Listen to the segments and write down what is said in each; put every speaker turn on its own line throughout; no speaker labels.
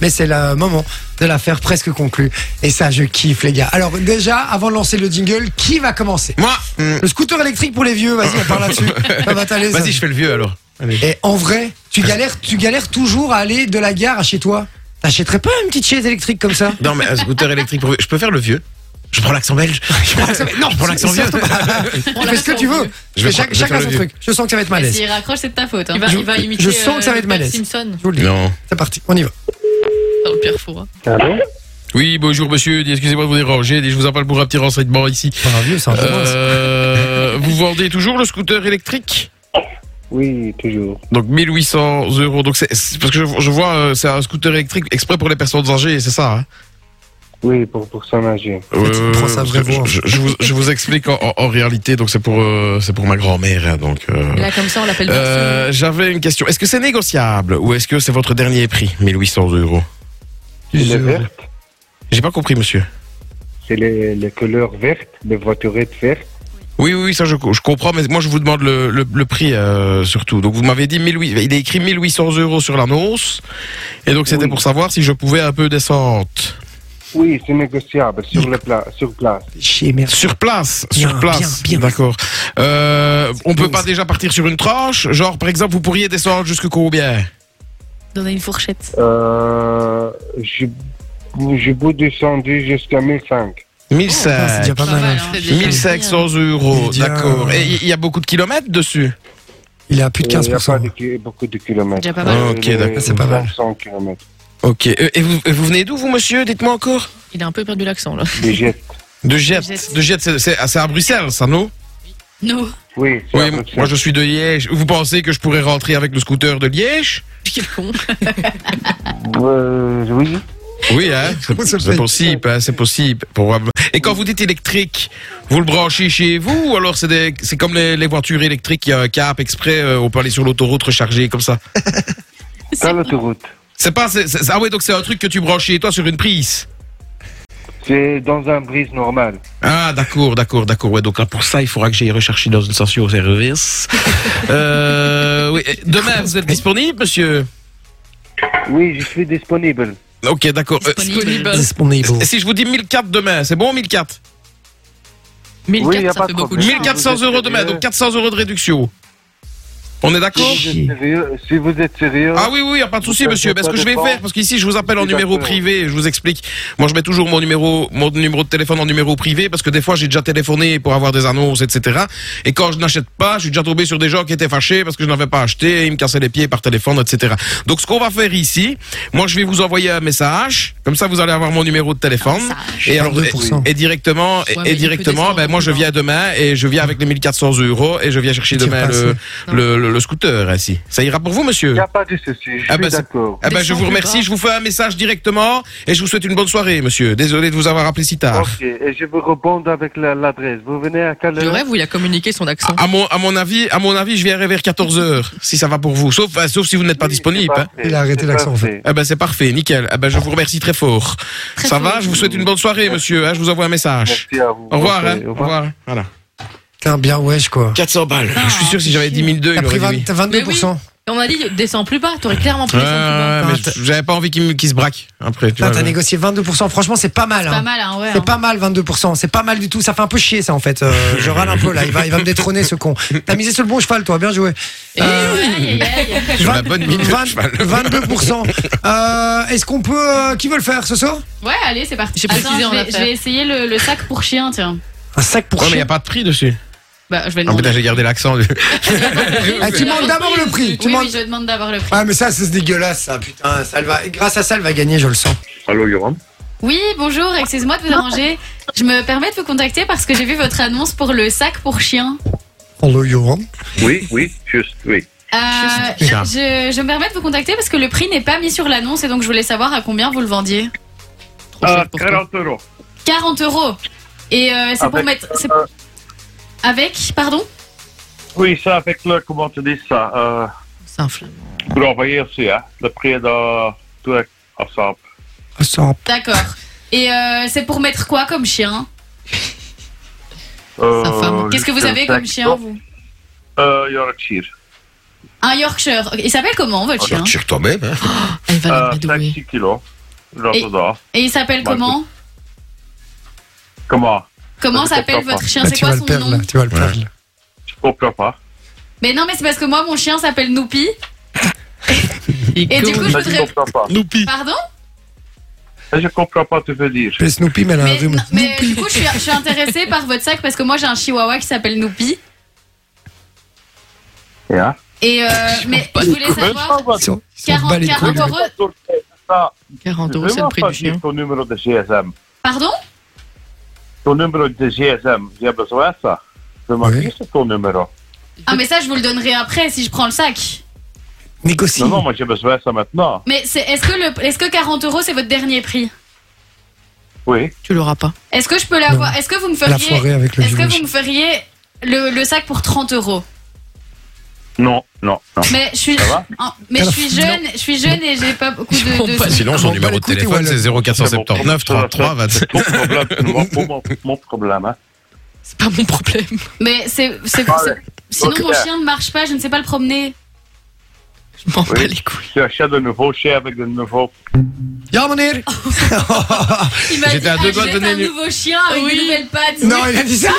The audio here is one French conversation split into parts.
mais c'est le moment de la faire presque conclue. Et ça, je kiffe, les gars. Alors, déjà, avant de lancer le jingle, qui va commencer
Moi mm,
Le scooter électrique pour les vieux, vas-y, on parle là-dessus. Ça va, t'as les-
Vas-y, je fais le vieux alors.
Et en vrai, tu galères, tu galères toujours à aller de la gare à chez toi. T'achèterais pas une petite chaise électrique comme ça
Non, mais un scooter électrique pour vieux. Je peux faire le vieux Je prends l'accent belge. Je prends l'accent belge. Non, je prends l'accent vieux.
Surtout Tu fais ce que
l'accent
tu veux.
vieux.
Je vais
Chaque-
prendre- je vais
Chacun
faire
son
le vieux.
truc. Je sens que ça va être
Et
malaise.
S'il raccroche, c'est de ta faute. hein. Il va,
Je-
il va
je-
imiter
je sens que ça va
euh,
être malaise.
Simpson
Je vous le dis.
Non.
C'est parti, on y va.
dans le pire four. hein.
Allô
Oui, bonjour monsieur, excusez-moi de vous déranger, je vous appelle pour un petit renseignement ici.
Pas un vieux, c'est un vieux.
Euh, vous vendez toujours le scooter électrique
Oui, toujours.
Donc 1800 euros, donc c'est c'est- parce que je, je vois euh, c'est un scooter électrique exprès pour les personnes âgées, c'est ça hein Euh,
Oui, pour, pour son âgé.
fait, tu prends sa
parce
vraie
que
voix.
je, je vous, je vous explique en, en- en réalité, donc c'est pour euh, c'est pour ma grand-mère, hein, donc. euh,
Là, comme ça, on l'appelle
euh, J'avais une question. Est-ce que c'est négociable ou est-ce que c'est votre dernier prix, 1800 euros
C'est les vertes,
J'ai pas compris, monsieur.
c'est les, les couleurs vertes, les voiturettes vertes.
Oui, oui, oui, ça je, je comprends, mais moi je vous demande le, le, le prix euh, surtout. Donc vous m'avez dit 1800, il est écrit 1800 euros sur l'annonce, et donc c'était
Oui.
pour savoir si je pouvais un peu descendre.
Oui, c'est négociable sur, le pla sur place.
Chier, merde.
Sur place,
Bien,
sur place,
bien, bien.
d'accord. Euh, on peut
bien,
pas
ça.
déjà partir sur une tranche, genre par exemple vous pourriez descendre jusque combien
Donner une fourchette.
Euh, je, je peux descendre jusqu'à 1005.
Oh,
Ah, C'est
1500,
déjà pas
Pas
mal.
mal,
hein.
hein. C'est déjà-
1500 euros,
Bien.
d'accord. Et il y a beaucoup de kilomètres dessus.
Il est à plus de
Et Il n'y Euh, a pas
15%.
de ki- beaucoup de kilomètres.
Déjà pas mal.
Ah, ok, d'accord,
c'est pas mal.
100 kilomètres.
Ok. Et et vous, et vous venez d'où vous, monsieur Dites-moi encore.
Il a un peu perdu l'accent, là.
Des gestes.
De Jet,
De Jette.
de Jet, c'est- c'est c'est à Bruxelles, ça non
Non.
Oui, c'est
Oui,
à peu
m-
près
moi
ça.
je suis de Liège. Vous pensez que je pourrais rentrer avec le scooter de Liège
Quel con.
Euh, oui,
Oui, hein, c'est-
Comment ça
c'est
fait
possible, hein, c'est possible. Probable- Et quand vous dites électrique, vous le branchez chez vous ou alors c'est des- c'est comme les, les voitures électriques, il y a un cap exprès, euh, on peut aller sur l'autoroute recharger comme ça.
dans l'autoroute.
C'est pas, c'est- c'est- ah oui, donc c'est un truc que tu branches chez toi sur une prise.
C'est dans un brise normal.
Ah d'accord, d'accord, d'accord. Ouais, donc là, pour ça, il faudra que j'aille rechercher dans une station service. euh, oui. et Demain, vous êtes disponible, monsieur
Oui, je suis disponible.
Ok, d'accord. Euh,
Disponible.
Disponible.
si je vous dis 1004 demain, c'est bon 1004
Oui, y a
1400,
pas
ça fait
de
beaucoup de
problème.
choses.
1400 euros demain, donc 400 euros de réduction. On est d'accord
Si vous êtes sérieux, si vous êtes sérieux
ah oui, oui, y a pas de souci,
Ça,
monsieur.
ça,
Ben, ce
ça
que je vais
dépend.
faire, parce qu'ici, je vous appelle en
Exactement.
numéro privé, je vous explique. Moi, je mets toujours mon numéro, mon numéro de téléphone en numéro privé, parce que des fois, j'ai déjà téléphoné pour avoir des annonces, etc. Et quand je n'achète pas, je suis déjà tombé sur des gens qui étaient fâchés parce que je n'avais pas acheté, ils me cassaient les pieds par téléphone, etc. Donc, ce qu'on va faire ici, moi, je vais vous envoyer un message. Comme ça, vous allez avoir mon numéro de téléphone.
Message.
Et, alors,
22%.
et, et directement, et-
Ouais,
et,
mais il peut
directement,
descendre
ben, moi, je
plus
viens demain et je viens avec les 1400 euros et je viens chercher
Tu
demain
vas
le,
passer.
le, le- le scooter, ainsi. Ça ira pour vous,
Il
monsieur?
n'y a pas de souci, je
Ah
suis
bah, c'est-
d'accord.
Eh ben, je vous
Descends plus
remercie,
bas.
je vous fais un message directement et je vous souhaite une bonne soirée, monsieur. Désolé de vous avoir appelé si tard.
Ok, et je vous répondre avec la- l'adresse. Vous venez à quelle
Le
heure
rêve où il a communiqué son accent.
Ah,
À mon, à mon avis, à mon avis, je vais arriver vers 14 heures, si ça va pour vous. Sauf, enfin, sauf si vous n'êtes pas
Oui,
disponible.
c'est
hein.
parfait,
Il a arrêté
c'est
l'accent, en fait.
parfait.
Eh ben, c'est parfait, nickel. Eh ben, je vous remercie très fort.
Très
ça
fort.
va, je vous souhaite une bonne soirée, monsieur. hein, je vous envoie un message.
Merci à vous.
Au revoir,
Ok,
hein. Au revoir. Voilà.
Putain, bien wesh, quoi.
400 balles. je suis sûr que si j'avais 10 000 deux,
T'as
il
pris
aurait dit
20
oui.
t'as 22%.
ah.
Et on a dit, descends plus bas. T'aurais clairement pu
Ouais,
descendre plus
Euh,
bas.
ouais, mais je- j'avais pas envie qu'il me- qu'il se braque après. tu
Putain,
vois.
T'as négocié 22%. Franchement, c'est pas mal.
Pas
hein.
mal, hein, ouais. hein.
C'est pas mal 22%, c'est pas mal du tout, ça fait un peu chier ça en fait. Euh, je râle un peu là, il va, il va me détrôner ce con. T'as misé sur le bon cheval toi, bien joué.
Et-
euh,
aïe, aïe, aïe.
Sur la
20
bonne mine de
20
cheval.
22%. Euh, Est-ce qu'on peut... euh, qui veut le faire ce soir
Ouais, allez, c'est parti.
J'ai
Attends,
précisé en
je, vais,
affaires.
je vais essayer le, le sac pour chien, tiens.
Un sac pour
Ouais, mais y
chien.
a pas de prix dessus.
Bah, je vais le
Ah putain,
demander.
j'ai gardé l'accent. du-
Ah, tu demandes d'abord le prix. Tu
Oui,
demandes-
oui, je demande d'avoir le prix.
Ah mais ça c'est dégueulasse ça, putain. Ça, elle va... Grâce à ça, elle va gagner, je le sens.
Allô, Yoram
Oui, bonjour, excusez-moi de vous déranger. Je me permets de vous contacter parce que j'ai vu votre annonce pour le sac pour chien.
Hello Yoram.
Oui, oui, juste, oui.
Euh,
Chien.
je, je me permets de vous contacter parce que le prix n'est pas mis sur l'annonce et donc je voulais savoir à combien vous le vendiez.
Trop cher pour toi.
Ah, euros.
40 euros. Et euh, c'est pour
Avec,
mettre. c'est-
euh,
Avec, pardon
Oui, ça avec le, comment tu dis ça, euh,
C'est un flingue.
pour envoyer aussi, hein, le prix de tout ensemble.
D'accord. Et euh, c'est pour mettre quoi comme chien
Sa femme.
Qu'est-ce que vous avez comme chien, vous
Euh, Yorkshire.
Un Yorkshire. Il s'appelle comment, votre chien
Sur toi-même. hein.
Ah
Elle va
Euh,
le
5
badouer.
kilos. J'entends ça.
Et il s'appelle
Bah,
comment
Comment
Comment
je
s'appelle
comprends pas.
votre chien
Là,
C'est
Bah, tu vas
quoi
le
son
perdre, là.
nom
Tu vas le perdre. là.
Je comprends pas.
Mais non, mais c'est parce que moi, mon chien s'appelle Noupi. Et du coup, je
Ça, je
voudrais.
comprends pas.
Noupi.
Pardon
Ça, je comprends pas, tu veux dire.
Je fais Snoopy, mais elle a un
mais,
rhume.
non, mais du coup, je suis, je suis intéressée par votre sac parce que moi, j'ai un chihuahua qui s'appelle Noupi.
Ja.
Et euh, mais je voulais savoir.
Ils sont, ils sont
40,
bas les
40
couilles.
euros.
Ça,
40
je
euros,
veux
c'est le
même
prix
pas
du chien.
dire ton numéro de GSM.
Pardon
Ton numéro de GSM, j'ai besoin de ça. Je m'en
Oui.
dis, c'est ton numéro.
Ah, mais ça, je vous le donnerai après si je prends le sac.
Négocie.
Non, non, moi j'ai besoin de ça maintenant.
Mais c'est- est-ce que, le- est-ce que 40 euros, c'est votre dernier prix
Oui.
Tu l'auras pas.
Est-ce que je peux l'avoir Est-ce que vous me
La
feriez.
foirée avec le
Est-ce que vous
juge.
me feriez le, le sac pour 30 euros
Non, non, non.
Mais je suis,
Ça va
Ah, mais je suis jeune, je suis jeune et j'ai pas beaucoup
Ils vont
de. de-
pas-
Sinon, son
Bon, bah,
numéro de
écoute,
téléphone,
voilà.
c'est 0479 33 27.
Mon problème, mon, mon, mon problème, hein.
C'est pas mon problème.
Mais c'est, c'est- c'est- sinon
Ok.
mon chien ne marche pas, je ne sais pas le promener.
Je m'en bats les
Oui.
couilles.
Tu achètes de nouveau chien avec de nouveau.
Ya, mon air
Il m'a
J'étais à deux doigts de
achète
donner
un
une-
nouveau chien avec
Oui.
des nouvelles pattes.
Non, il a dit ça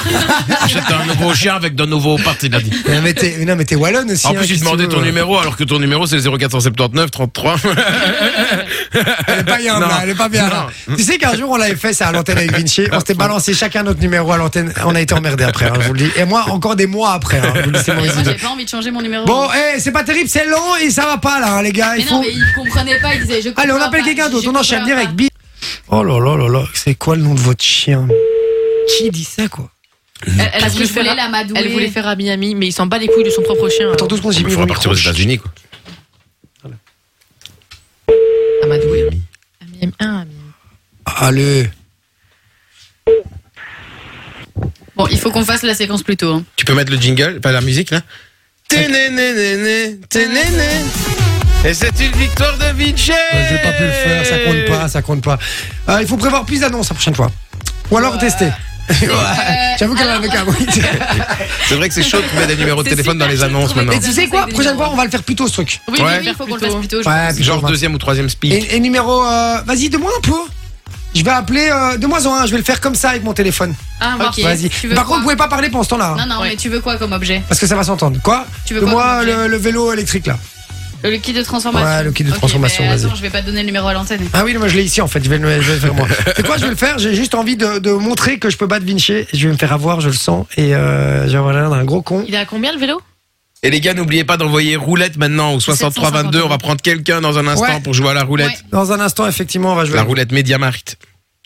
J'étais un nouveau chien avec de nouveaux pattes, il a dit.
Non, mais t'es non, mais t'es wallonne aussi.
En
hein,
plus, il
qu'est-ce que
demandait
tu
ton
veux
numéro, alors que ton numéro, c'est 0479 33.
Elle est pas bien,
Non.
là, elle est pas bien. là. Tu sais qu'un jour, on l'avait fait, ça à l'antenne avec Vinci. On s'était balancé chacun notre numéro à l'antenne. On a été emmerdés après, hein, je vous le dis. Et moi, encore des mois après. hein, je vous le dis, c'est
Et
mauvais
moi
idée.
j'ai pas envie de changer mon numéro.
Bon, eh, c'est pas terrible, c'est long et ça va pas, là, hein, les gars.
mais
Il faut...
non, mais il comprenait pas, il disait je.
Allez, on
comprends
appelle
pas,
quelqu'un d'autre.
je
On enchaîne bien
comprends
avec
pas.
Bi. Oh là là là là, c'est quoi le nom de votre chien Qui dit ça, quoi
Elle, elle
Parce que
voulait
je fais
voulait
la-
l'amadouer.
Elle voulait faire à Miami, mais il s'en bat les couilles de son propre chien.
Attends deux secondes, j'ai
Il
mis
faudra
le
partir
micro.
aux États-Unis, quoi.
Amadoué. À Miami 1, à Miami.
Allez,
Bon, il faut qu'on fasse la séquence plus tôt. hein.
Tu peux mettre le jingle, pas la musique, là Ténénénéné, ténéné. Et c'est une victoire de Vinci
euh, j'ai pas pu le faire, ça compte pas, ça compte pas. Euh, il faut prévoir plus d'annonces la prochaine fois. Ou alors tester. Ouais.
Euh,
J'avoue qu'elle en avait qu'un. oui.
C'est vrai que c'est chaud de mettre des numéros de
C'est
téléphone dans
super
les
chaud de
annonces
trouver
maintenant.
Et tu sais quoi
Des
Prochaine
numéros.
fois, on va le faire plus tôt ce truc.
Oui,
Ouais.
oui, oui, il faut qu'on le
Plutôt.
fasse plus tôt. je
Ouais,
pense.
puis
Genre
on va-
deuxième ou troisième speak.
Et, et numéro. euh, Vas-y, de moi un peu. Je vais appeler euh, de moi en un. Je vais le faire comme ça avec mon téléphone.
Ah,
Ok,
ok.
Vas-y.
Tu veux
Par
quoi
contre, vous pouvez pas parler pendant ce temps-là. hein,
Non, non,
Ouais.
mais tu veux quoi comme objet
parce que ça va s'entendre. Quoi
Tu
De
veux quoi
moi,
comme objet
le, le vélo électrique là.
Le kit de transformation.
Ouais, le kit de
Ok,
transformation,
mais
vas-y.
Attends, je vais pas te donner le numéro à l'antenne.
Ah oui, non, mais je l'ai ici en fait. Je vais, le, je vais le faire moi. C'est quoi Je vais le faire. J'ai juste envie de, de montrer que je peux battre Vinci. Je vais me faire avoir, je le sens. Et euh, j'ai l'air d'un gros con.
Il est à combien le vélo
Et les gars, n'oubliez pas d'envoyer roulette maintenant au 6322. On va prendre quelqu'un dans un instant
Ouais.
pour jouer à la roulette.
Dans un instant, effectivement, on va jouer.
La roulette Mediamarkt.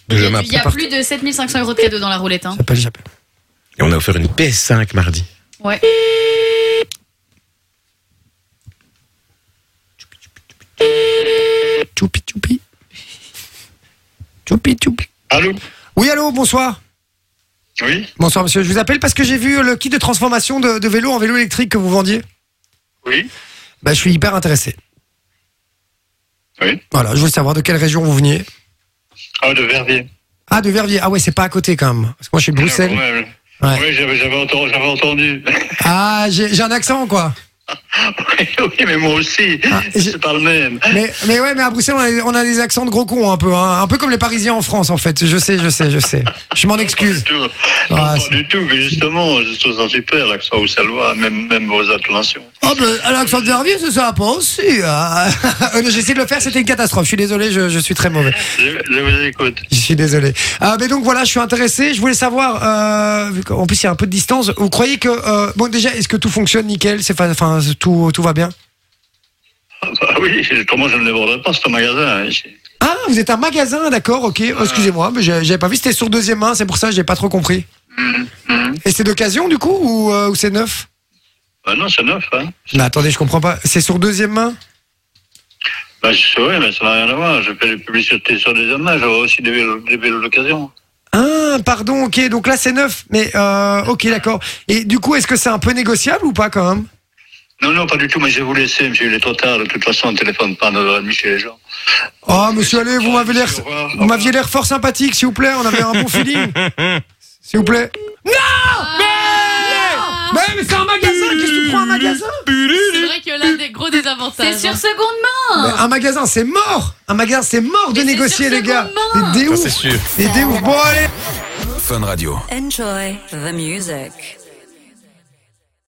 de
Il y
jeu
a,
map.
il y a plus de 7500 euros de cadeaux dans la roulette. Hein.
J'appelle, j'appelle.
Et on a offert une PS5 mardi.
Ouais.
Tchoupi tchoupi. Tchoupi tchoupi.
Allô
Oui, allô, bonsoir.
Oui
Bonsoir, monsieur. Je vous appelle parce que j'ai vu le kit de transformation de, de vélo en vélo électrique que vous vendiez.
Oui
Bah, je suis hyper intéressé.
Oui.
Voilà, je voulais savoir de quelle région vous veniez.
Ah, de Verviers.
Ah, de Verviers. Ah ouais, c'est pas à côté quand même. Parce que moi, je suis de
Ah,
Bruxelles.
quand même.
Ouais.
Oui, j'avais j'avais entendu. j'avais entendu.
Ah, j'ai j'ai un accent, quoi.
oui, mais moi aussi.
Ah, j'ai-
c'est pas le même.
Mais, mais ouais, mais à Bruxelles, on a, on a des accents de gros cons un peu. hein. Un peu comme les Parisiens en France, en fait. Je sais, je sais, je sais. Je m'en excuse.
Pas du tout.
Ah,
Non, pas
c'est-
du tout, mais justement, je trouve ça super, l'accent au Salois, même, même vos intonations.
Oh, ben, l'accent de Verviers, c'est ça, pas aussi. hein. Euh, J'ai essayé de le faire, c'était une catastrophe. Je suis désolé, je- je suis très mauvais.
Je, je vous écoute.
Je suis désolé. Ah, mais donc voilà, je suis intéressé. Je voulais savoir, euh, vu qu'en- en plus il y a un peu de distance, vous croyez que. euh, bon, déjà, est-ce que tout fonctionne nickel C'est fa- Enfin, tout, tout va bien
Ah, bah oui, comment je ne l'aborderai pas, ce magasin hein, ici.
Ah, vous êtes un magasin, d'accord, ok. Oh, Excusez-moi, mais j'ai- j'avais pas vu, c'était sur deuxième main, c'est pour ça que j'ai pas trop compris. Et c'est d'occasion du coup ou, euh, ou c'est neuf
Bah non, c'est neuf, hein.
Non, attendez, je comprends pas. C'est sur deuxième main
Bah, je sais, oui, mais ça n'a rien à voir. Je fais des publicités sur des hommages, j'aurai aussi des vélos des vélos d'occasion.
Ah, pardon, ok, donc là c'est neuf, mais euh, ok, d'accord. Et du coup, est-ce que c'est un peu négociable ou pas quand même
Non, non, pas du tout, mais je vais vous laisser, monsieur, il est trop tard. De toute façon, on ne téléphone pas à 9h30 chez les gens.
Oh, monsieur, allez, vous m'avez l'air,
Au revoir, au
vous
revoir.
m'aviez l'air fort sympathique, s'il vous plaît. On avait un bon feeling.
Ah.
S'il vous plaît. Non mais, mais, mais c'est un magasin. Qu'est-ce que tu prends un magasin
C'est vrai que l'un des gros désavantages. hein.
C'est sur
seconde main.
Mais Un magasin, c'est mort Un magasin, c'est mort de
Mais c'est
négocier,
sur
les gars
seconde main.
Des
Ça,
ouf
c'est sûr.
Des ouf Bon, allez
Fun Radio.
Enjoy the music.